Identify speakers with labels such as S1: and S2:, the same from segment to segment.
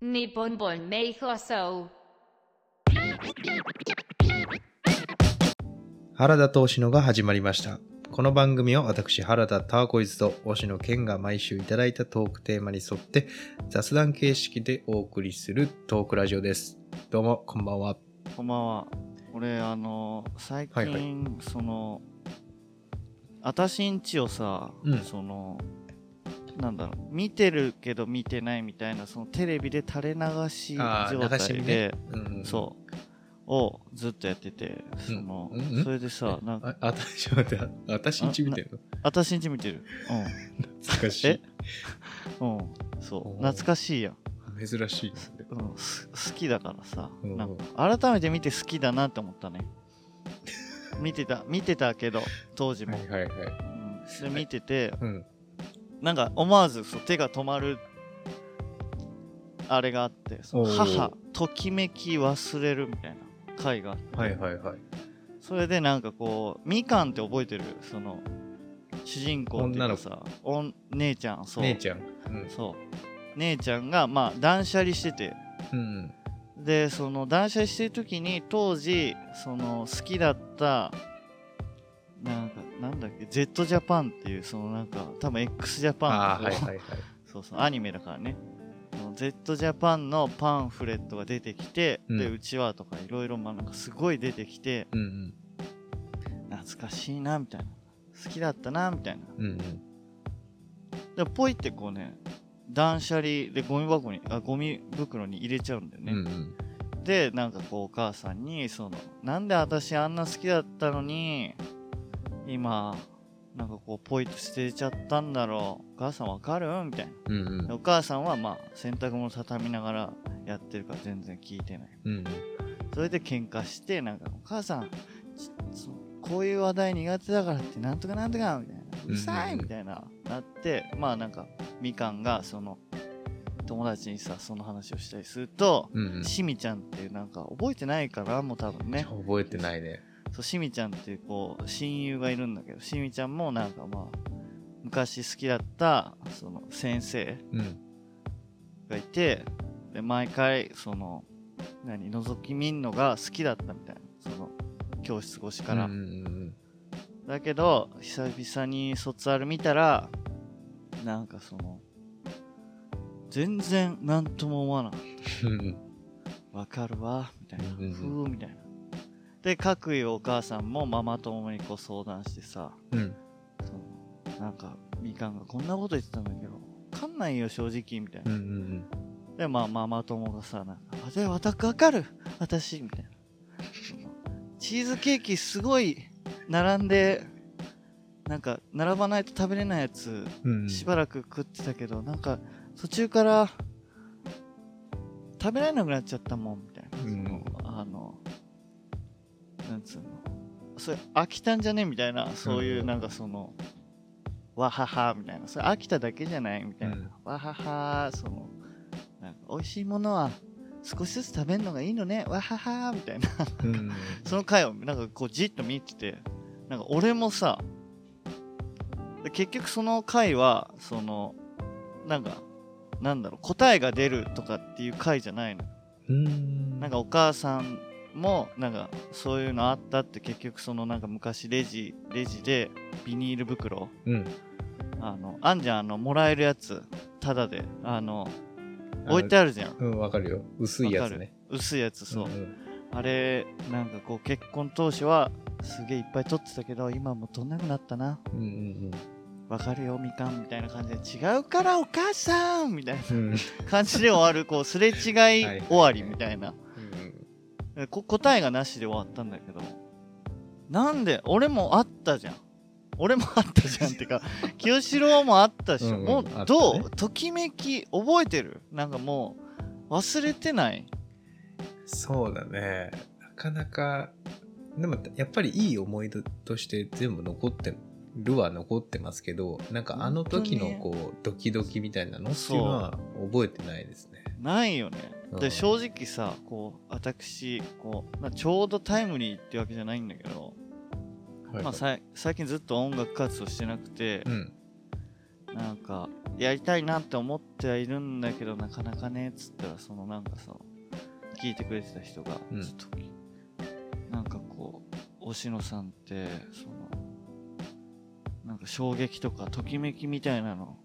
S1: Bun Bun me dijo so.
S2: 原田と押野が始まりました。この番組を私、原田ターコイズと押野健が毎週いただいたトークテーマに沿って雑談形式でお送りするトークラジオです。どうも、こんばんは。
S3: こんばんは。俺あの最近、
S2: はいはい
S3: その私んちをさ、
S2: うん
S3: そのなんだろう見てるけど見てないみたいなそのテレビで垂れ流し
S2: あー
S3: 状
S2: 流し見
S3: 態
S2: ね
S3: で、
S2: うんうん
S3: そうをずっとやっててその、
S2: うんうん
S3: それでさなんか
S2: あ、あたし、待って、あ私んち見てるの
S3: 私んち見てる
S2: 懐かし
S3: え
S2: い。
S3: うんうんそう
S2: おー
S3: 懐かしいやん、
S2: 珍しい。
S3: うん、す好きだからさ
S2: うん
S3: なんか改めて見て好きだなって思ったね見てた見てたけど当時も、
S2: はいはいはい。
S3: で見てて
S2: うん。
S3: なんか思わずそう手が止まるあれがあってその
S2: おー
S3: 母ときめき忘れるみたいな回があって、
S2: はいはいはい。
S3: それでなんかこうみかんって覚えてるその主人公っていうかさおん姉ちゃんそう
S2: 姉ちゃん。
S3: そう姉ちゃんがまあ断捨離してて
S2: うん。うん。
S3: でその断捨離してる時に当時その好きだったなんかなんだっけ z ジャパンっていうそのなんか多分 x ジャパン
S2: あ
S3: と
S2: あ、は
S3: か
S2: いはいはい。
S3: そうそうアニメだからねその z ジャパンのパンフレットが出てきて、
S2: うん
S3: でうちわとかいろいろまあなんかすごい出てきて
S2: うん
S3: 懐かしいなみたいな好きだったなみたいな
S2: うん。うん
S3: でポイってこうね断捨離でゴミ箱にあゴミ袋に入れちゃうんだよ
S2: うん。う
S3: ね、
S2: んうん。
S3: でなんかこうお母さんにそのなんで私あんな好きだったのに今なんかこうポイって捨てちゃったんだろうお母さんわかるみたいな
S2: うんうん
S3: でお母さんはまあ洗濯物畳みながらやってるから全然聞いてない
S2: うん
S3: それで喧嘩してなんかお母さんちそこういう話題苦手だからってなんとかなんとかみたいなうるさ
S2: う
S3: い
S2: ん
S3: みたいななってまあなんかみかんがその友達にさその話をしたりすると
S2: うんうん。
S3: しみちゃんっていうなんか覚えてないかなもう多分ね
S2: 覚えてないね。
S3: そうしみちゃんっていうこう親友がいるんだけどしみちゃんもなんかまあ昔好きだったその先生
S2: うん。
S3: がいてで毎回その何覗き見んのが好きだったみたいなその教室越しから、
S2: うんうんうん
S3: だけど久々に卒アル見たらなんかその全然何とも思わなかっ
S2: うん。
S3: たわかるわみたいな、
S2: うんうんうん
S3: ふうみたいなで各いうお母さんもママ友にこう相談してさ
S2: うん。
S3: そのなんかみかんがこんなこと言ってたんだけどわかんないよ正直みたいな
S2: うんうん
S3: で、まあ、ママ友がさ、なんか、あで、わたかかる私、みたいな。チーズケーキすごい並んで、なんか、並ばないと食べれないやつ、
S2: うん。
S3: しばらく食ってたけど、なんか、途中から、食べられなくなっちゃったもん、みたいな。
S2: うん
S3: その、あの、なんつうの。それ、飽きたんじゃねみたいな、そういう、
S2: うん
S3: なんかその、わはは、みたいな。それ、飽きただけじゃないみたいな。
S2: うん
S3: わははそのなんか美味しいものは少しずつ食べるのがいいのねわははみたいな
S2: うん。
S3: その回をなんかこうじっと見ててなんか俺もさで結局その回はそのなんかなんだろう答えが出るとかっていう回じゃないの
S2: うん。
S3: なんかお母さんもなんかそういうのあったって結局そのなんか昔レジレジでビニール袋
S2: うん。
S3: あのあんじゃんあのもらえるやつタダであの
S2: の
S3: 置いてあるじゃん
S2: うん、わかるよ。薄いやつね。
S3: 薄いやつそう、
S2: ん
S3: あれなんかこう結婚当初はすげえいっぱい取ってたけど今もう取んなくなったな
S2: うんうん
S3: わかるよみかんみたいな感じで違うからお母さんみたい
S2: うん。うん。
S3: な感じで終わるこうすれ違い終わりみたいなこ答えがなしで終わったんだけどなんで俺もあったじゃん俺もあったじゃんっ てか清志郎もあったし
S2: うんうん
S3: も
S2: あったね
S3: うどう、ときめき覚えてるなんかもう忘れてない
S2: そうだね。なかなか、でもやっぱりいい思い出として全部残ってるは残ってますけど、なんかあの時のこう、ドキドキみたいなのっていうのは覚えてないですね。
S3: ないよね、
S2: う
S3: で
S2: ん
S3: 正直さこう私こう、まあ、ちょうどタイムリーってわけじゃないんだけど、
S2: はい
S3: まあ、さい最近ずっと音楽活動してなくて
S2: う、ん。
S3: なんかやりたいなって思ってはいるんだけどなかなかねっつったらそのなんかさ聞いてくれてた人が、
S2: うん
S3: ちょっとなんかこう星野さんってそのなんか衝撃とかときめきみたいなの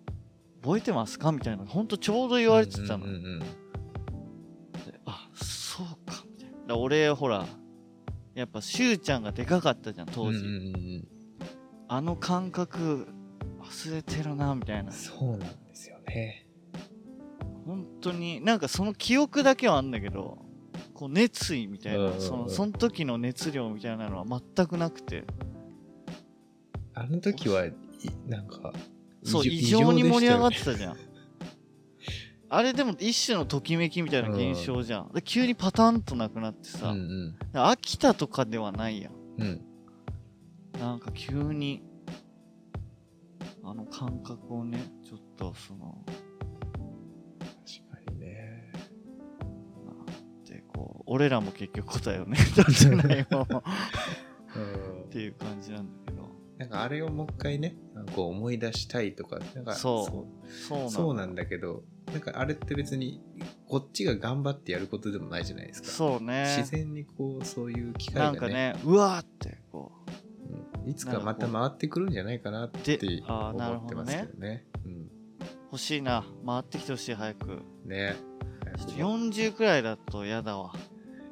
S3: 覚えてますかみたいなほんとちょうど言われてたの、
S2: うんうんうん
S3: であそうかみたいなだから俺ほらやっぱしゅうちゃんがでかかったじゃん当時、
S2: うんうんうん
S3: あの感覚忘れてるなみたいな
S2: そうなんですよね
S3: 本当になんかその記憶だけはあんだけどこう熱意みたい
S2: うんうん
S3: な
S2: うん
S3: そのその時の熱量みたいなのは全くなくて
S2: あの時はいなんか
S3: そう
S2: 異
S3: 異
S2: 常
S3: 常に
S2: で
S3: 盛
S2: した
S3: り上が
S2: よ
S3: っ
S2: ね
S3: てたじゃんあれでも一種のときめきみたいな現象じゃん、で急にパタンとなくなってさ、
S2: うんうん
S3: 飽きたとかではないやん
S2: うん
S3: なんか急に、あの感覚をね、ちょっとその、
S2: 確かにね
S3: なんてこう、俺らも結局答えをね、出せないまま
S2: うん
S3: っていう感じなんだけど、
S2: なんかあれをもう一回ねこう思い出したいとかなんか
S3: そう
S2: そう
S3: そうなん
S2: そうなんだけどなんかあれって別にこっちが頑張ってやることでもないじゃないですか、
S3: そうね。
S2: 自然にこうそういう機会
S3: な
S2: が
S3: ん
S2: ね
S3: かね、うわーって、こ
S2: うんいつかまた回ってくるんじゃないかなって
S3: であーなる
S2: 思っ
S3: ほ
S2: て
S3: ど
S2: ま
S3: ね
S2: すけどねうん
S3: う、欲しいな、回ってきてほしい、早く。
S2: ね
S3: ちょっと40くらいだと嫌だわ。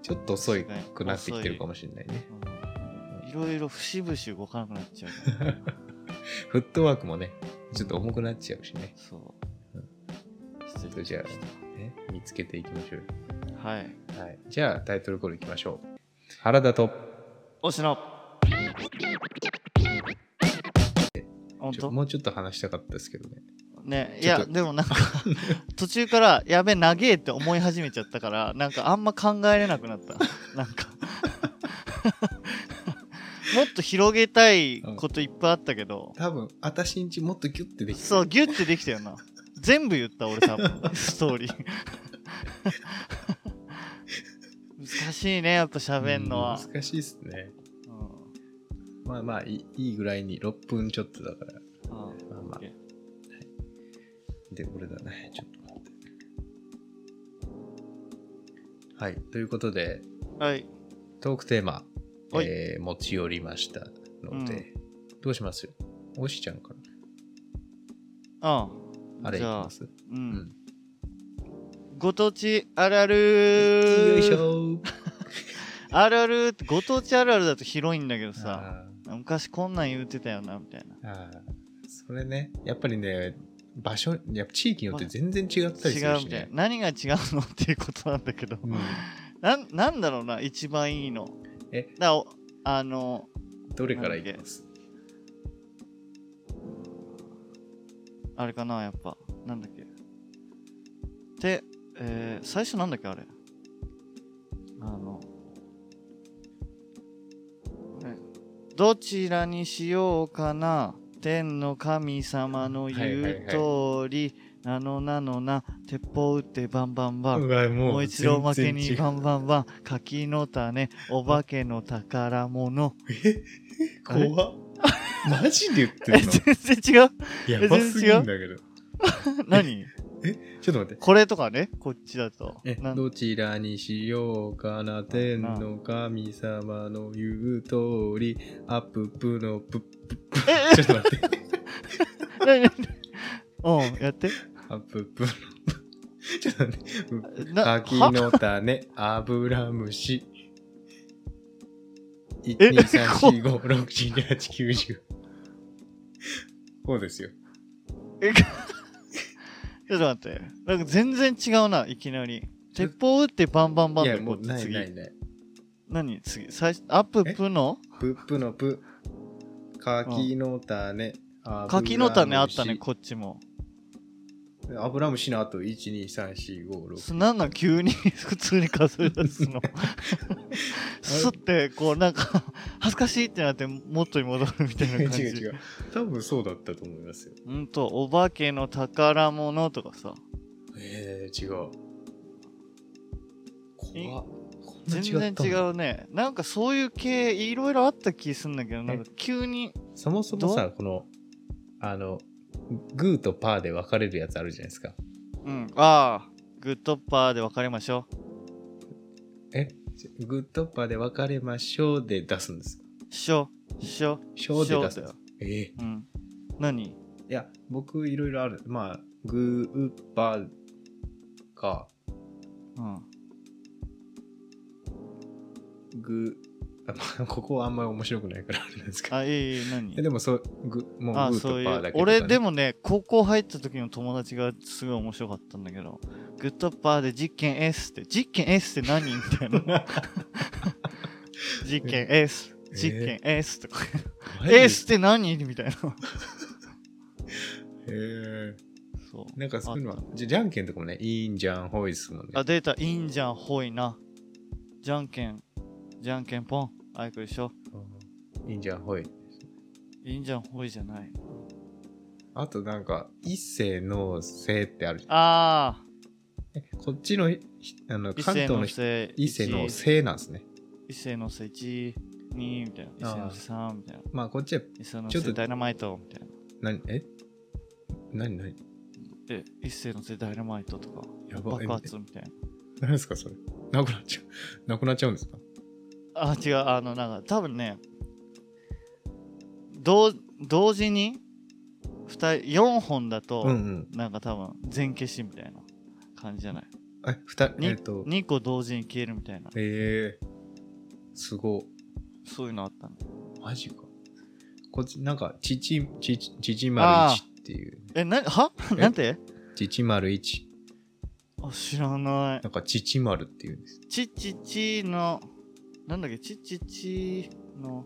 S2: ちょっと遅いくなってきてるかもしれないね
S3: うんいろいろ節々動かなくなっちゃうから。
S2: フットワークもねちょっと重くなっちゃうしね
S3: そう
S2: うん。
S3: 失礼しまし
S2: ね見つけていきましょう
S3: た。はい。
S2: よ、はい、じゃあタイトルコールいきましょう原田と
S3: 推しの。本
S2: ちょ
S3: 当
S2: もうちょっと話したかったですけどね
S3: ねい
S2: ちょっと
S3: やで もなんか途中からやべえ長えって思い始めちゃったからなんかあんま考えれなくなったな んかもっと広げたいこといっぱいあったけど、
S2: 多分私んちもっとギュッてできて
S3: そうギュッてできたよな全部言った俺多分ストーリー難しいねやっぱ喋んのは、
S2: うん難しいですね
S3: うん
S2: まあまあいいいいぐらいに6分ちょっとだから
S3: うん
S2: まあまあ、
S3: OK
S2: で俺だねちょっと待ってはいということで
S3: はい
S2: トークテーマ、
S3: はい
S2: えー持ち寄りましたので、どうしますおしちゃんから
S3: うん
S2: あれいき
S3: じゃあ
S2: ます
S3: う
S2: うんん
S3: ご当地あるある
S2: よいしょ
S3: あるあるってご当地あるあるだと広いんだけどさ
S2: さ
S3: 昔こんなん言うてたよなみたいな
S2: ああそれねやっぱりね場所やっぱ地域によって全然違ったりする
S3: 違う
S2: し
S3: みたいな
S2: ね
S3: 何が違うのっていうことなんだけど
S2: うん
S3: なんなんだろうな一番いいの
S2: え
S3: だおあの
S2: どれからいきます
S3: あれかなやっぱなんだっけで、えー最初なんだっけあれあのえどちらにしようかな天の神様の言う通り、なのなのな鉄砲撃ってバンバンバン、
S2: わも
S3: もう一度おまけに
S2: 全然違う
S3: バンバンバン柿の種お化けの宝物あれ
S2: 怖っマジで言って
S3: え
S2: るの
S3: 全然違う
S2: やばすぎんだけど
S3: 何
S2: ちょっと待って
S3: これとかねこっちだと
S2: え
S3: なん
S2: どちらにしようかな天の神様の言う通りアッププのプップップちょっと待って
S3: なになに うん、やって。
S2: アッププのちょっと待って
S3: な
S2: 柿
S3: は
S2: の種アブラムシ1 2
S3: え
S2: 3 4 5 6 7 8 9 10こうですよ
S3: ちょっと待って。なんか全然違うな、いきなり。鉄砲撃ってバンバンバン
S2: い
S3: だ
S2: や
S3: よ
S2: も
S3: こ
S2: う
S3: っち
S2: ない
S3: 次
S2: ないない
S3: 何次最初アッププの
S2: プップのプ柿の種アブラムシ
S3: 柿の種あったね、こっちも。
S2: アブラムシの後1234567
S3: そなんなん急に 普通に数え出す の。すって、こうなんか、恥ずかしいってなって元に戻るみたいな
S2: 違う
S3: 感じ。
S2: 違う多分そうだったと思いますよ
S3: ほんと、お化けの宝物とかさ。
S2: えー、違う怖っこんな
S3: 全
S2: 違
S3: 然
S2: った
S3: 違
S2: う
S3: うね。なんかそういう系、いろいろあった気すんだけど、なんか急に。
S2: そもそも
S3: ど
S2: さこのあのグーとパーで分かれるやつあるじゃないですか。
S3: うんああグッドパーで別れましょ
S2: えグッドパーで分かれましょうで出すんです。
S3: うしょしょ
S2: しょうで出すんです。ええ
S3: うん何
S2: いや、僕いろいろある。まあ、グーパーか、
S3: うん
S2: グー、あまあ、 ここはあんまり面白くないからあれなんですけど。
S3: あいいいい何
S2: えでもそう、グも
S3: あ
S2: うグーと
S3: そうい
S2: パー
S3: う
S2: だけ
S3: 俺で
S2: も、
S3: もね高校入った時の友達がすごい面白かったんだけどグッドパーで実験 S って実験 S って何みたい な実験 S
S2: え
S3: 実験 S とか、
S2: マジ
S3: S って何みたいな
S2: へえ
S3: そう
S2: なんかそういうの
S3: あ
S2: は
S3: っ、
S2: じゃじゃんけんとかもね、いいんじゃん、ほいですもんね。
S3: あデータいいんじゃんほいなじゃんけんじゃんけんポンあいこでしょ
S2: うんいいんじゃん、ほい。
S3: いいんじゃんほいじゃない
S2: あとなんか、一世のせいってあるじゃん。
S3: ああ
S2: えこっちのひ、あの、
S3: 一
S2: 関
S3: 世
S2: 東の
S3: の
S2: 人、
S3: せ
S2: 一世の
S3: 一
S2: せいなんですね。
S3: 一世のせ1 2みたいな一世のせ3みたいな
S2: まあ、こっちは、
S3: 一世の
S2: ちょっと
S3: せダイナマイトみたいな
S2: なに、えなになに
S3: え、一世のせダイナマイトとか、
S2: やば
S3: 爆発みたい
S2: 何ですかそれなくなっちゃう なくなっちゃうんですか
S3: な。あ、違う、あの、なんか、多分ね、同同時に二人4本だと、
S2: うん
S3: なんか多分、全消しみたいな感じじゃない。
S2: うんえ二人
S3: に
S2: えっと
S3: 2個同時に消えるみたいな、
S2: えー、すごい
S3: そういうのあったんだよ。
S2: マジかこっちなんかちちちちちちまる
S3: あ
S2: 1っていう
S3: え、な、は
S2: え
S3: なんて
S2: ちちまる1
S3: あ、知らない
S2: な。んかちちまるっていうんです
S3: ちちちの、なんだっけ、ちちちの、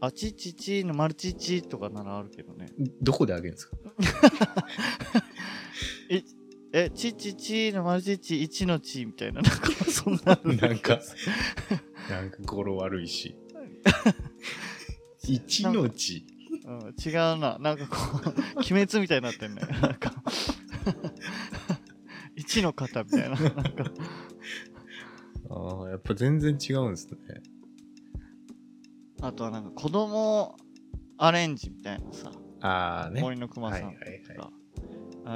S3: あ、ちちちのマルチちとかならあるけどね。
S2: どこであげるんですか
S3: え、ちちちのマルチち1のちみたいな、なんかそん なの
S2: なんかなんか語呂悪いし 一のち
S3: うん、違うな。なんかこう、鬼滅みたいになってんね。なんか、1の肩みたいな。なんか、
S2: ああやっぱ全然違うんですね
S3: あとはなんか子供アレンジみたいなさ、
S2: ああね
S3: 森の熊さんとか。
S2: はいはいは
S3: あ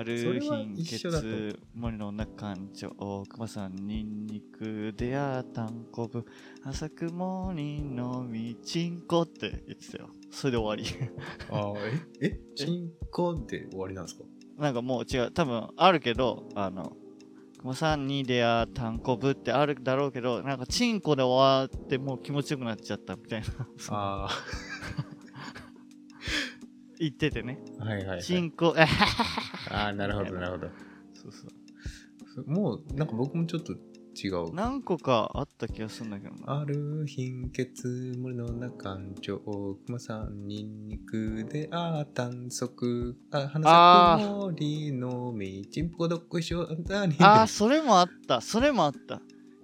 S2: それ
S3: る
S2: は
S3: 貧
S2: 一緒だと
S3: 血森の中感情熊さんニンニク出会ったんこぶ浅く森のみちんこって言ってたよそれで終わり
S2: ああええちんこって終わりなんですか
S3: なんかもう違う多分あるけどあの熊さんに出会ったんこぶってあるだろうけどなんかチンコで終わってもう気持ちよくなっちゃったみたいな
S2: ああ
S3: 言っててね
S2: はいはい、はい。
S3: チンコえはは
S2: ああ、なるほど、なるほど。
S3: そうそう
S2: もう、なんか僕もちょっと違う。
S3: 何個かあった気がするんだけどな
S2: ある貧血森の中んちょうくまさんにんにくであーたんそくあ花
S3: あ
S2: 咲
S3: ー
S2: く森のみちんぽこどっこいしょあんたに
S3: あーそれもあったそれもあった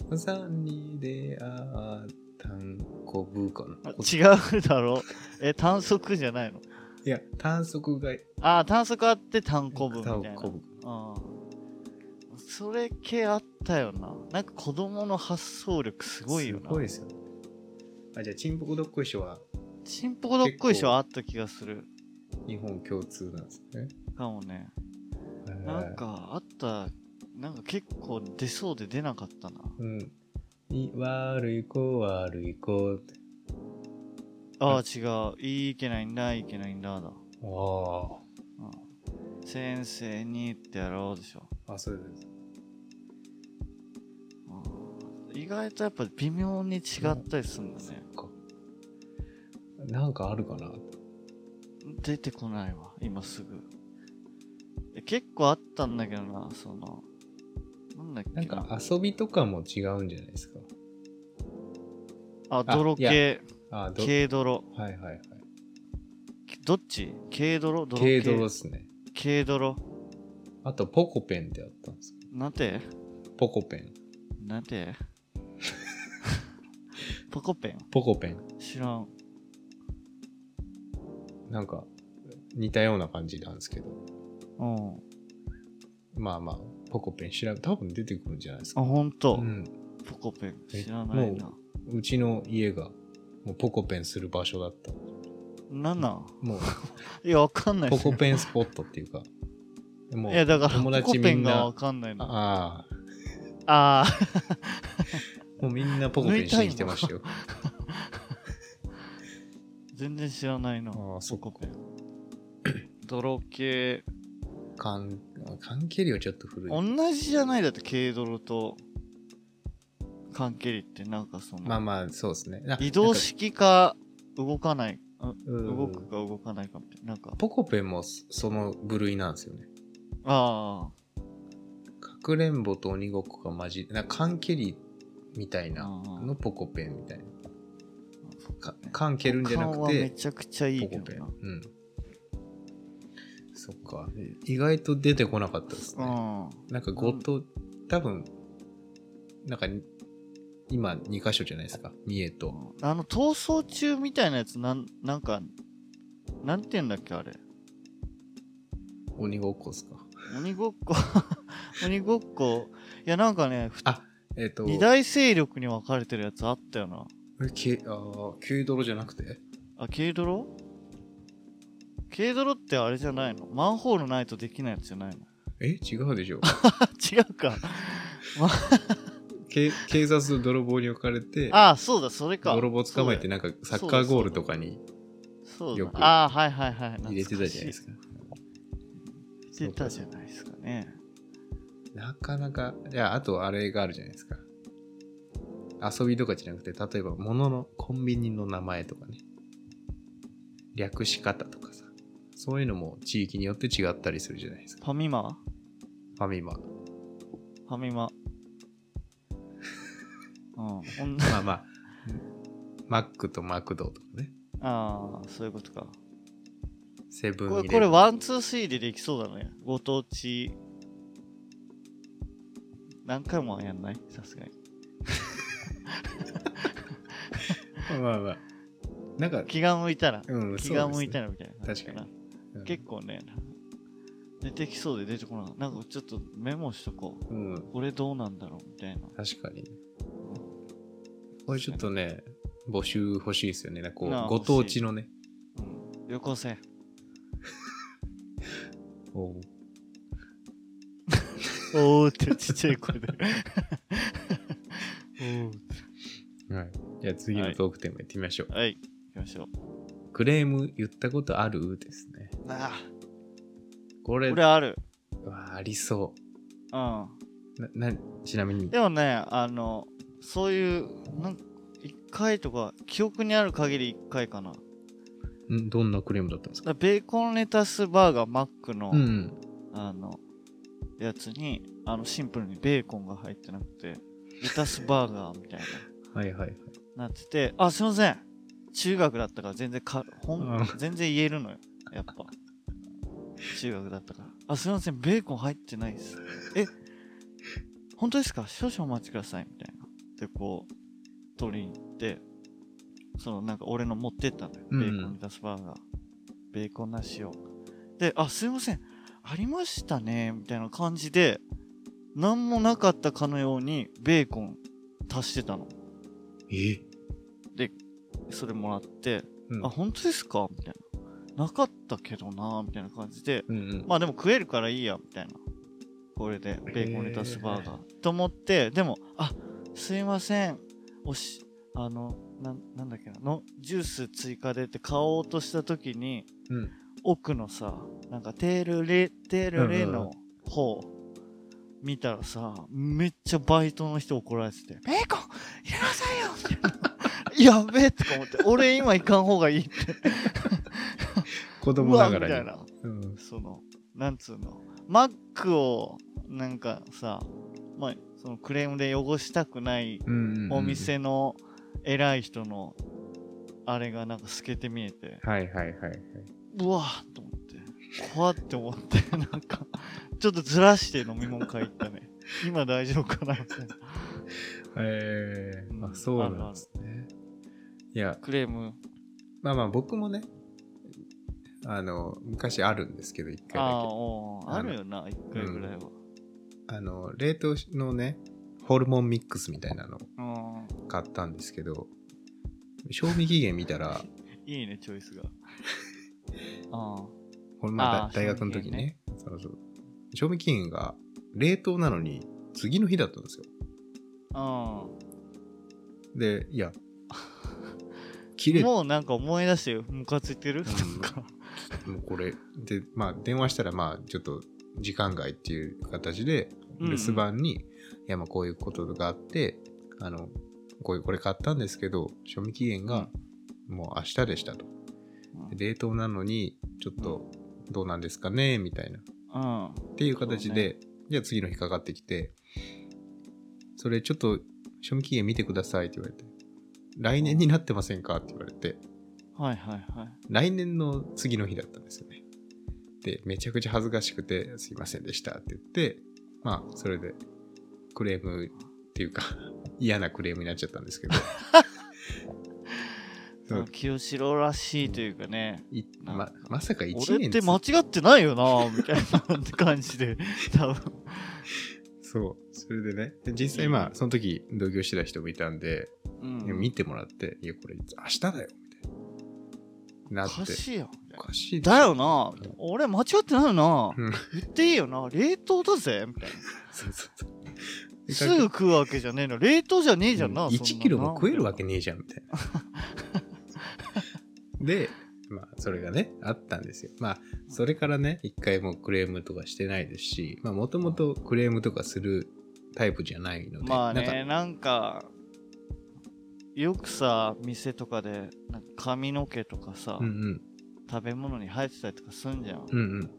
S2: まさんにであーたんこぶかな
S3: あ違うだろうえ短足じゃないの
S2: いや短足が
S3: ああ短足あって単行部みたいな
S2: こぶ
S3: あーそれ系あったよななんか子供の発想力すごいよ
S2: す
S3: な
S2: ごいですよねあじゃあちんぽこどっこいしょは
S3: チンポコどっこいしょあった気がする
S2: 日本共通なんですね
S3: かもねなんかあったなんか結構出そうで出なかったな
S2: うん。い悪い子、悪い子って。
S3: ああ違ういいけないんだいいけないんだだ、
S2: あ
S3: うん、先生にってやろうでしょ、
S2: あ。あ、そうです。
S3: うん、意外とやっぱ微妙に違ったりするんだね
S2: かなんかあるかな
S3: 出てこないわ今すぐえ結構あったんだけどなそのなんだっ
S2: な
S3: け
S2: ん
S3: な
S2: か遊びとかも違うんじゃないですか。
S3: あ泥
S2: いや
S3: 系
S2: あ、ど、はい
S3: 軽泥
S2: はいはい。
S3: どっち軽泥泥
S2: 軽
S3: 系
S2: 泥ですね。
S3: 軽泥
S2: あと、ポコペンってあったんですよ
S3: なんて
S2: ポコペン。
S3: なんて ポコペン
S2: ポコペン。
S3: 知らん
S2: なんか、似たような感じなんですけど。
S3: うんあ
S2: まあまあ、ポコペン調べ、多分出てくるんじゃないですか。
S3: ほん
S2: う
S3: と、
S2: ん。
S3: ポコペン
S2: え
S3: 知らないな
S2: もうちの家が、もうポコペンする場所だった。
S3: なんなん
S2: もう
S3: いやわかんない
S2: ポ
S3: です
S2: コ
S3: よ
S2: ペンスポットっていうかもう
S3: いやだから
S2: 友達
S3: ポコ
S2: みんな
S3: ペンがわかんないの
S2: あ
S3: あ
S2: あ
S3: あ
S2: もうみんなポコペンしに来てましたよ
S3: ー全然知らないな
S2: ああそ
S3: ポ
S2: っか
S3: コペン泥系
S2: かん関係量ちょっと古い
S3: 同じじゃないだって軽泥と缶蹴りってなんかその、
S2: まあまあそうですねあ
S3: 移動式か動かない
S2: な
S3: あ
S2: んかうん
S3: 動くか動かないかみたいななんか
S2: ポコペンもそその部類なんですよね
S3: あ
S2: かくれんぼと鬼ごっこが混じなんか缶蹴りみたいな
S3: ああ
S2: のポコペンみたいな
S3: あ
S2: か缶蹴るんじゃな
S3: 缶
S2: く
S3: はめ
S2: て
S3: ちゃくちゃいい
S2: ポ
S3: け
S2: コペン
S3: ど
S2: うん
S3: な
S2: そっか意外と出てこなかったです
S3: う
S2: ね
S3: ん
S2: なんかごと、多分、なんかに、今2箇所じゃないですか。三重と。
S3: あの逃走中みたいなやつなんなんかなんて言うんだっけあれ
S2: 鬼ごっこですか。
S3: 鬼ごっこ 鬼ごっこいやなんかねふ
S2: あ、えっ、と、
S3: 二大勢力に分かれてるやつあったよな
S2: えけあー軽泥じゃなくて
S3: あ軽泥軽泥ってあれじゃないのマンホールないとできないやつじゃないの
S2: え違うでしょ。
S3: 違うか
S2: け警察と泥棒に置かれて、
S3: ああそうだそれか
S2: 泥棒捕まえて、
S3: な
S2: なんかサッカーゴールとかに
S3: そうだ
S2: よく
S3: ああはいはいはい
S2: 入れてたじゃないです
S3: か
S2: か。
S3: 入れてたじゃないですかね
S2: なかなか、いや、あとあれがあるじゃないですか。遊びとかじゃなくて、例えば、物の、コンビニの名前とかね。略し方とかさ。そういうのも地域によって違ったりするじゃないですか。
S3: ファミマは
S2: ファミマ。
S3: ファミマ うんおん
S2: まあまあ、マックとマクドとかね。
S3: ああそういうことか
S2: セブン
S3: こ
S2: イレ
S3: れこ
S2: ブ
S3: れ
S2: ン
S3: ワンツースリーでできそうだねご当地何回もはやんないさすがに
S2: まあまあ。なんか、
S3: 気が向いたら
S2: うん、
S3: 気が向いた
S2: ら。
S3: らみたいな感じな
S2: 確うん
S3: 結構ね出てきそうで出てこなかったなんかちょっとメモしとこう
S2: うん、
S3: これどうなんだろうみたいな
S2: 確かに。これちょっとね、募集欲しいですよね。なんかこ
S3: なあ
S2: う、ご当地のね。
S3: うんよこせ
S2: おう
S3: おおってちっちゃい声でおー
S2: はい。じゃあ次のトークテーマいってみましょう。
S3: はい行きましょう
S2: クレーム言ったことあるですね。
S3: あ
S2: これ、
S3: 俺ある
S2: うわありそ
S3: うん
S2: う。な、な、ちなみに。
S3: でもねあのそういうなん一回とか記憶にある限り一回かなだか
S2: んどんなクレームだったんですから
S3: ベーコンレタスバーガーマックの、
S2: うん。
S3: あのやつにあのシンプルにベーコンが入ってなくてレタスバーガーみたい
S2: はいはいはい。
S3: ななっててあすいません中学だったから全然かほん
S2: う
S3: 全然言えるのよやっぱ中学だったからあすいませんベーコン入ってないですえ本当ですか少々お待ちくださいみたいなでこう取りに行ってそのなんか俺の持ってったのよ、
S2: うん
S3: ベーコンレタスバーガーベーコンなしをであすいませんありましたねみたいな感じで何もなかったかのようにベーコン足してたの
S2: え
S3: それもらって、
S2: うん
S3: あ本当ですかみたいななかったけどなみたいな感じで
S2: うんうん。
S3: まあでも食えるからいいやみたいなこれでベーコンレタスバーガーと思ってでもあすいませんおしあのなんなんだっけなのジュース追加でって買おうとした時に
S2: うん。
S3: 奥のさなんかテールレテールレの方見たらさめっちゃバイトの人怒られてて「ベーコン入れなさいよ!」みたいな やべえ!」とか思って「俺今行かん方がいい」って
S2: 子
S3: う
S2: 供
S3: わ
S2: な
S3: み
S2: が
S3: た
S2: ら
S3: い
S2: に。
S3: な
S2: うん。
S3: そのなんつうのマックをなんかさ、まあ、そのクレームで汚したくない
S2: うんうんうん
S3: お。店の偉い人のあれがなんか透けて見えて、
S2: はいはいはいはい。
S3: うわーと思って怖って思ってなんかちょっとずらして飲み物買いに行ったね今大丈夫かなみたいな
S2: え
S3: うん
S2: ー、あ、そうなんですね。いや、
S3: クレーム
S2: まあまあ僕もね、あの、昔あるんですけど、一回
S3: あ
S2: だ
S3: ー
S2: け。
S3: おーあるよな1回ぐらいは、
S2: あの、冷凍のね、ホルモンミックスみたいなの
S3: うん
S2: 買ったんですけど賞味期限見たら
S3: いいねチョイスが ああ
S2: これま
S3: あ
S2: あ
S3: ー
S2: だ大学の時
S3: 賞味期限
S2: ねそうそう賞味期限が冷凍なのに次の日だったんですよ
S3: あ
S2: で いや切
S3: あ
S2: れ
S3: もうなんか思い出してよムカついて
S2: う
S3: る、
S2: ん
S3: なんか
S2: もうこれでまあ電話したらまあちょっと時間外っていう形で
S3: うん
S2: 留守番に、いやまあこういうことがあってあのこういうこれ買ったんですけど賞味期限がもう明日でしたと、
S3: うん
S2: 冷凍なのにちょっとどうなんですかねみたいな
S3: うん
S2: っていう形で、じゃあ次の日かかってきてそれちょっと賞味期限見てくださいって言われて来年になってませんかって言われて
S3: はいはいはい
S2: 来年の次の日だったんですよね。で、めちゃくちゃ恥ずかしくて、すいませんでしたって言って、まあ、それで、クレームっていうか、 嫌なクレームになっちゃったんですけど、そう
S3: 清志郎らしいというかね、
S2: いままさか1
S3: 俺
S2: 年
S3: って
S2: つ
S3: 間違ってないよなみたいな感じで多分
S2: そう、それでね、で実際まあ、その時、同居してた人もいたんで、
S3: うん
S2: 見てもらって、いや、これ、明日だよ、みたいな。
S3: お
S2: なって
S3: か、しいよ
S2: おかしいでしょ
S3: だよなみたいな俺間違ってないよな
S2: うん
S3: 言っていいよな冷凍だぜみたいな
S2: そうそうそう。です
S3: ぐ食うわけじゃねえの冷凍じゃねえじゃんな、
S2: うん
S3: そんな
S2: 1キロも食えるわけねえじゃんみたいな でまあそれがねあったんですよまあそれからね一回もクレームとかしてないですしまあもともとクレームとかするタイプじゃないので、
S3: まあ
S2: なん
S3: ねなんかよくさ店とかでなんか髪の毛とかさ、
S2: かうんうん
S3: 食べ物に生えてたりとかすんじゃん
S2: うん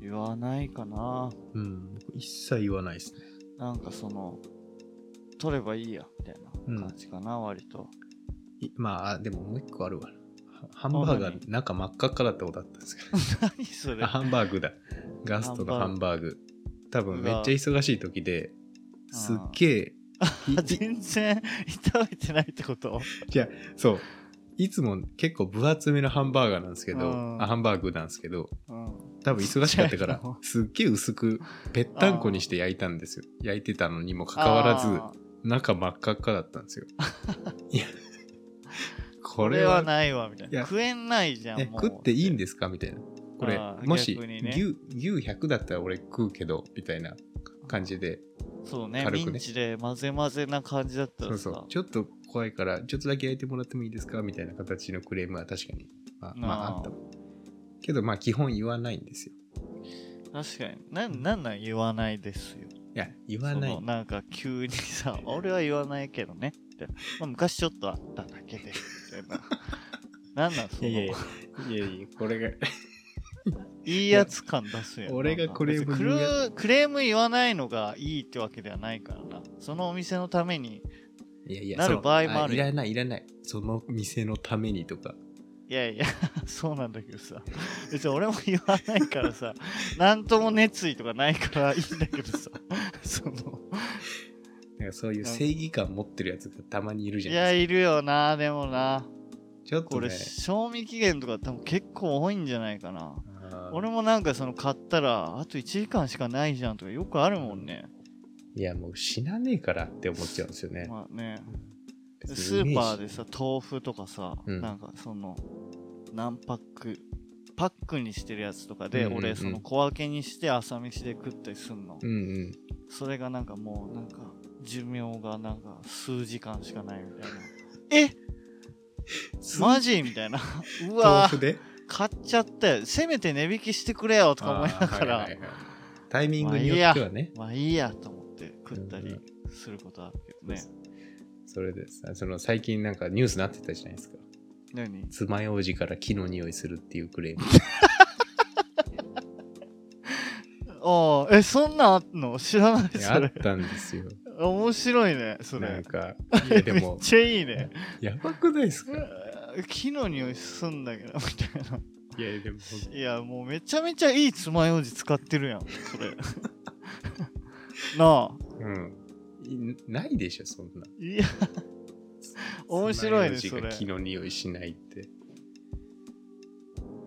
S3: 言わないかな
S2: うんうん僕一切言わないですね
S3: なんかその取ればいいやみたいな感じかな、割 と
S2: いまああでももう一個あるわはハンバーガ
S3: あ
S2: ー中真っ赤っかだったことあったんですけど
S3: 何それ
S2: あハンバーグだ。ガストのハ
S3: ハン
S2: ンバーグ。多分
S3: う
S2: めっ
S3: わ
S2: ちゃ忙しい時で、
S3: あー
S2: すっげ え、い
S3: あ全然炒めてないってこと
S2: そう。いつも結構分厚めのハンバーガーなんですけど、
S3: うん
S2: あハンバーグなんですけど、
S3: うん
S2: 多分忙しかったか
S3: ちっ
S2: ら
S3: ちゃいの、
S2: すっげえ薄く、ぺったんこにして焼いたんですよ。焼いてたのにもかかわらず、
S3: あー
S2: 中真っ赤っかだったん ですよ。いや、こ
S3: こ
S2: れ
S3: れ
S2: は
S3: はないわみたい
S2: いや
S3: な食えないじゃん
S2: え
S3: もう
S2: 食っていいんですかみたいな。これ
S3: あー
S2: もし
S3: 逆にね
S2: 牛牛100だったら俺食うけどみたいな感じで
S3: そうね
S2: 軽くね
S3: ミンチで混ぜ混ぜな感じだった
S2: そう
S3: ら
S2: そ
S3: さ
S2: うちょっと怖いからちょっとだけ焼いてもらってもいいですかみたいな形のクレームは確かにまあまあ
S3: あー
S2: あったけどまあ基本言わないんですよ
S3: 確かにななんなん言わないですよ
S2: いや言わない
S3: そのなんか急にさ 「俺は言わないけどね」って、まあ、昔ちょっとあっただけでみたい ななんなんその
S2: いやいやいやいやこれが
S3: いいやつ感出すやん。
S2: 俺が
S3: なんか
S2: クレーム
S3: 別にク
S2: 言うやつ
S3: ルクレーム言わないのがいいってわけではないからな。そのお店のために、
S2: いやいや
S3: なる
S2: その
S3: 場合もある
S2: いらないいらないその店のためにとか
S3: いやい や、そうなんだけどさ。別に俺も言わないか らさ、なんとも熱意とかないからいいんだけどさ。その、
S2: なんかそういう正義感持ってるやつがたまにいるじ
S3: い
S2: ゃな
S3: や、
S2: いです
S3: いるよな、でもな。
S2: かちょっ
S3: ことれ、
S2: ね
S3: 賞味期限とか多分結構多いんじゃないかな。
S2: あー
S3: 俺もなんかその買ったら、あと1時間しかないじゃんとかよくあるもんね。
S2: いやもう死なねえからって思っちゃうんですよね、
S3: まあね。
S2: 別
S3: ス
S2: にイメ
S3: ー
S2: ジ
S3: パーでさ豆腐とかさ、
S2: うん
S3: なんかその何パックパックにしてるやつとか
S2: う
S3: で、
S2: んうんうん
S3: 俺その小分けにして朝飯で食ったりすんの、
S2: うんうん
S3: それがなんかもうなんか寿命がなんか数時間しかないみたいなえマジみ たいなう
S2: 豆
S3: わ
S2: 腐で
S3: 買っちゃったよせめて値引きしてくれよとか思いながら、
S2: あーはいはいはいタイミングによってはね、
S3: まあいいやと思って食った
S2: うん
S3: り
S2: う
S3: することあるけどね、
S2: それでさその最近なんかニュースなってたじゃないですか
S3: 何
S2: 爪楊枝から木の匂いするっていうク レーム
S3: ああえそんなんあんの知らない
S2: いやあ
S3: それ
S2: ったんですよ
S3: 面白いねそ
S2: なん
S3: れ
S2: かいやで
S3: めっ
S2: も
S3: ちゃいいね
S2: やばくないですか
S3: 木の匂いすんだけどみたい
S2: いやでも
S3: ないやもうめちゃめちゃいい爪楊枝使ってるやんそ れなあ
S2: うんいないでしょそんない
S3: や面白いね
S2: 爪楊
S3: そ
S2: 枝
S3: れ
S2: が木の匂いしないって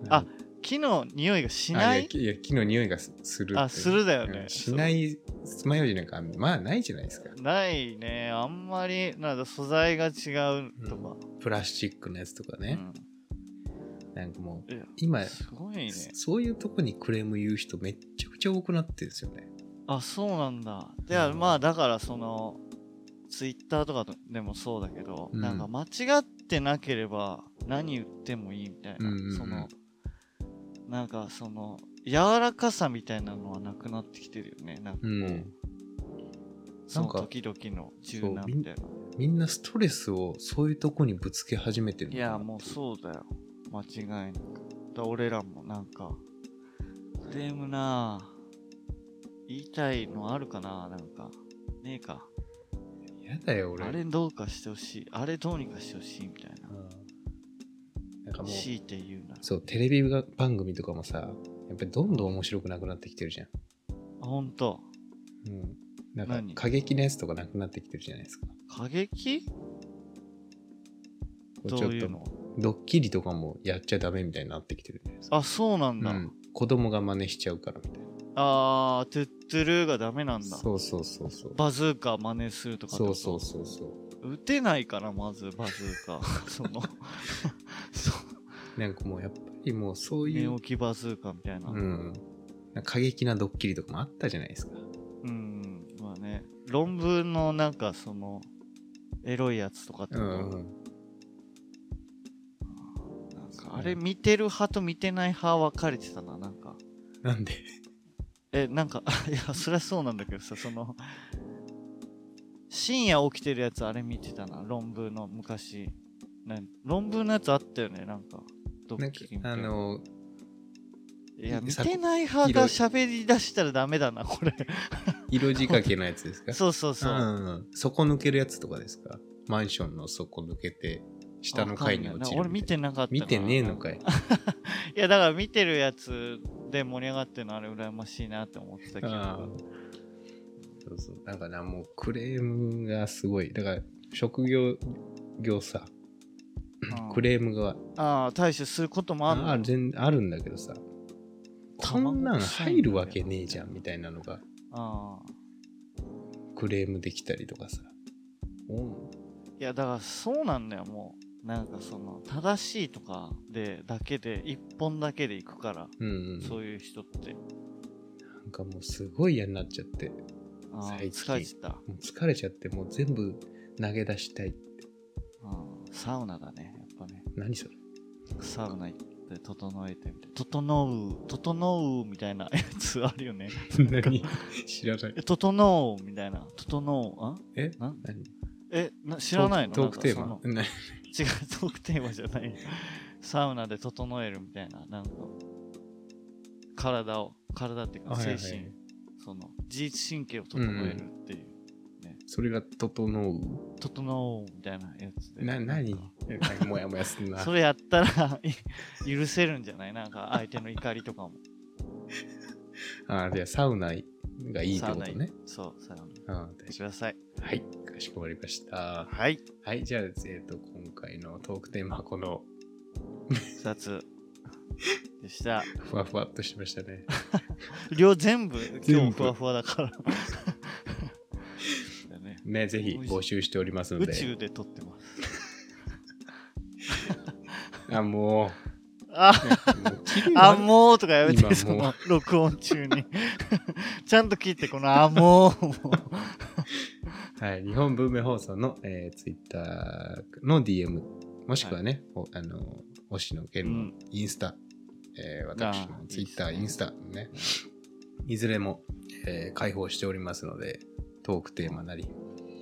S3: あ木の匂いがしな
S2: あ
S3: い
S2: やいや木の匂いがすするって
S3: あするだよね、
S2: うんしない爪楊枝なんかまあないじゃないですか
S3: そうないねあんまりなんだ素材が違うとか、
S2: プラスチックのやつとか
S3: う
S2: ね、
S3: ん
S2: なんかもう
S3: いや
S2: 今
S3: すごいね
S2: そういうとこにクレーム言う人めっちゃくちゃ多くなってるんですよね
S3: あそうなんだでは
S2: うん
S3: まあだからそのツイッターとかでもそうだけど、
S2: うん
S3: なんか間違ってなければ何言ってもいいみたいな、
S2: うんうんうん
S3: そのなんかその柔らかさみたいなのはなくなってきてるよねなんかこう、
S2: うん
S3: その
S2: なんか
S3: 時々の柔軟
S2: そうみん
S3: みたいな
S2: みんなストレスをそういうとこにぶつけ始めてる
S3: い
S2: のかな
S3: やもうそうだよ間違いなくだから俺らもなんかクレームなあ言いたいのあるかななんかねえか
S2: やだよ俺
S3: あれどうかしてほしいあれどうにかしてほしいみたいな
S2: うんなんかもう
S3: 強いて言うな
S2: そうテレビが番組とかもさやっぱりどんどん面白くなくなってきてるじゃん、
S3: あほんと
S2: うん、なんか
S3: 何
S2: 過激なやつとかなくなってきてるじゃないですか
S3: 過激
S2: こ
S3: ど
S2: ちょっ
S3: ういう
S2: と
S3: の
S2: ドッキリとかもやっちゃダメみたいになってきてるじゃないですか、
S3: あそうなんだ、
S2: うん、子供が真似しちゃうからみたい
S3: あートゥットゥルーがダメなん
S2: な
S3: だ
S2: そうそうそうそう
S3: バズーカ真似するとかって
S2: そ
S3: こと
S2: うそうそうそう
S3: 打てないからまずバズーカ そのそう
S2: なんかもうやっぱりもうそうい
S3: 寝
S2: う
S3: 起、きバズーカみたいな
S2: うん、なんか過激なドッキリとかもあったじゃないですか
S3: うんまあね論文のなんかそのエロいやつとかって
S2: う
S3: こと、
S2: ん、うん、
S3: なんかあれ見てる派と見てない派分かれてたななんか
S2: なんで
S3: えなんか いやそりゃそうなんだけどさその深夜起きてるやつあれ見てたな論文の昔なん論文のやつあったよねなんかド
S2: な
S3: ッ
S2: んか
S3: キリみ
S2: あ
S3: たいな
S2: の
S3: いや見
S2: さ
S3: てない派が喋り出したらダメだなこれ
S2: 色仕掛けのやつですか
S3: そうそうそう、
S2: んん、底抜けるやつとかですかマンションの底抜けて下の階に落ちる
S3: わかんないな俺見てなかったな
S2: 見てねえのかい
S3: いやだから見てるやつで盛り上がってるのあれ羨ましいなって思ってたけ
S2: あ
S3: ど
S2: ーそうそうなんかなもうクレームがすごいだから職業業さクレームが
S3: ああ対処することもある
S2: あ全あるんだけどさこんなん入るわけねえじゃんみたいなのが
S3: ああ
S2: クレームできたりとかさお
S3: いやだからそうなんだよもうなんかその正しいとかでだけで一本だけでいくから、
S2: うんうん
S3: そういう人って
S2: なんかもうすごい嫌になっちゃって
S3: あー
S2: 最近
S3: 疲れてた
S2: もう疲れちゃってもう全部投げ出したい
S3: うんサウナだねやっぱね
S2: 何それ
S3: サウナ行って整えてみて整う整うみたいなやつあるよね
S2: 何知らない
S3: え整うみたいな整うあ
S2: え
S3: なん
S2: 何
S3: えな知らないの
S2: トークトークテー
S3: なん
S2: マ
S3: か
S2: な
S3: その違うトークテーマじゃないサウナで整えるみたいななんか体を体っていう
S2: は
S3: か
S2: いは
S3: 精
S2: い
S3: 神、その自律神経を整えるっていう、
S2: それが整う
S3: 整うみたいなやつで
S2: な何
S3: んか
S2: なんかモヤモヤすん な
S3: それやったら い許せるんじゃないなんか相手の怒りとかも
S2: あじゃあサウナがいいって
S3: サウ
S2: こと
S3: ナ
S2: ね。
S3: そうサウナ行
S2: うん、
S3: ってください
S2: はい、かしこまりました。
S3: はい
S2: はい、じゃあ、えっと、今回のトークテーマはこの
S3: 2つでした
S2: ふわふわっとしましたね。
S3: 量全部今
S2: 全部
S3: 日ふわふわだからだね
S2: ね、ぜひ募集しておりますの
S3: 宇
S2: で。
S3: 宙で撮ってます
S2: あ、も
S3: あ
S2: う。もう切れが
S3: あもうとかやめ
S2: 今も
S3: て、
S2: う
S3: その、録音中に。ちゃんと聞いて、このあもうも。
S2: はい、日本文明放送の、えー、ツイッターの DM、もしくはね、おあの、星野源の
S3: うん
S2: インスタ、えー私
S3: あ
S2: の
S3: ー
S2: ツイッター、
S3: いい
S2: イ
S3: っ
S2: ンスタね、いずれも、えー開放しておりますので、トークテーマなり、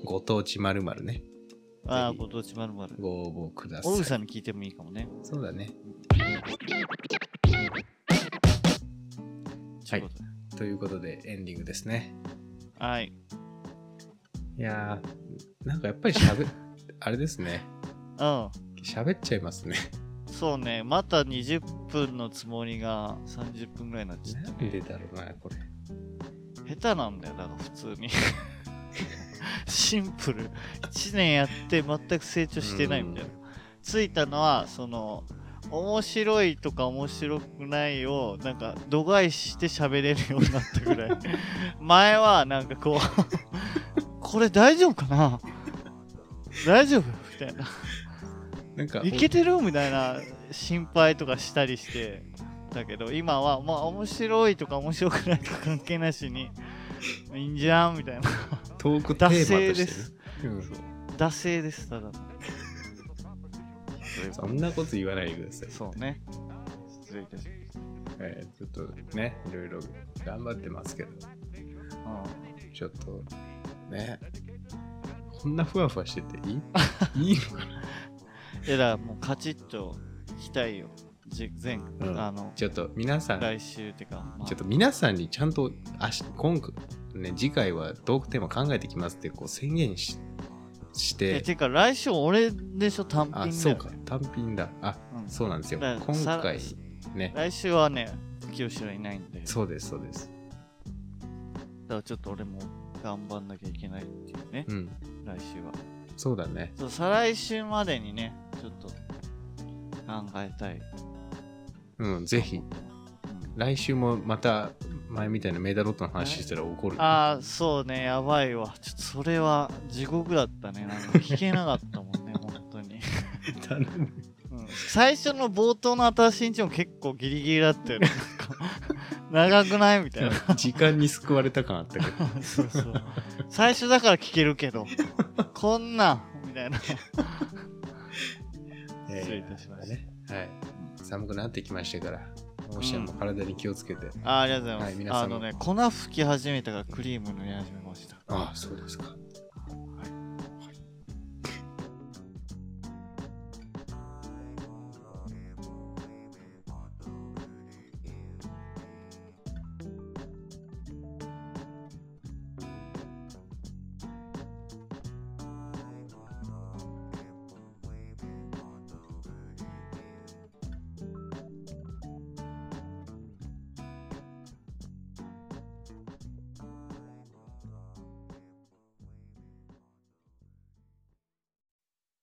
S2: ご当地まるね、
S3: ああ、
S2: ぜひ
S3: ご当地まるまる。
S2: ご応募くださ
S3: オ
S2: い。
S3: グさんに聞いてもいいかもね。
S2: そうだね。
S3: ちゅうことで
S2: ということで、エンディングですね。
S3: はい。
S2: いやー、なんかやっぱりしゃべ、あれですね、喋っちゃいますね。
S3: うん。そうね、また20分のつもりが30分ぐらいになっ ちゃっ
S2: な
S3: た
S2: んで
S3: ね。
S2: だろうな、これ。
S3: 下手なんだよ、だから普通に。 シンプル。1年やって全く成長してないみたいな。ついたのはその面白いとか面白くないをなんか度外視して喋れるようになったぐらい 前はなんかこう これ大丈夫かな大丈夫みたいな
S2: なんか
S3: いけてるみたいな心配とかしたりしてだけど今はまあ面白いとか面白くないとか関係なしにいいんじゃんみたいな
S2: トークテーマと
S3: 惰
S2: して、ね
S3: 性です、
S2: うん
S3: 惰性ですた だのそういうこ
S2: そんなこと言わないでください
S3: と、そうね失礼いたし
S2: えーちょっとねいろいろ頑張ってますけど
S3: ました
S2: ちょっとねこんなふわふわしてて いいいいのかない
S3: やだからもうカチッといきたいよじ前、
S2: ん
S3: あの
S2: ちょっと皆さん
S3: 来週ってか、まあ
S2: ちょっと皆さんにちゃんと明日今回、ね、次回はトークテーマ考えてきますってこう宣言しし
S3: え
S2: て、
S3: てか来週俺でしょ単品
S2: あ、
S3: だよ、ね、
S2: そうか、単品だ。あ、
S3: うん
S2: そうなんですよ。
S3: だから
S2: 今回
S3: さ
S2: ね、
S3: 来週はね清志郎いないんで
S2: そうです、そうです。
S3: だからちょっと俺も頑張んなきゃいけないっていうね、
S2: うん、
S3: 来週は
S2: そうだね。
S3: そう再来週までにねちょっと考えたい
S2: うん、ぜひ、来週もまた前みたいなメダロットの話したら怒る。
S3: ああそうねやばいわちょっとそれは地獄だったねなんか聞けなかったもんね 本当に、
S2: 頼む
S3: うん最初の冒頭の新しいんちも結構ギリギリだったよねなんか長くないみたいな
S2: 時間に救われた感あったけど。
S3: そうそう最初だから聞けるけどこんなんみたいな失礼いたしました
S2: ね。はい。寒くなってきましたから、おしゃも体に気をつけて。
S3: あありがとうございます、
S2: はい皆様
S3: あのね粉吹き始めたからクリーム塗り始めました
S2: ああ、そうですか。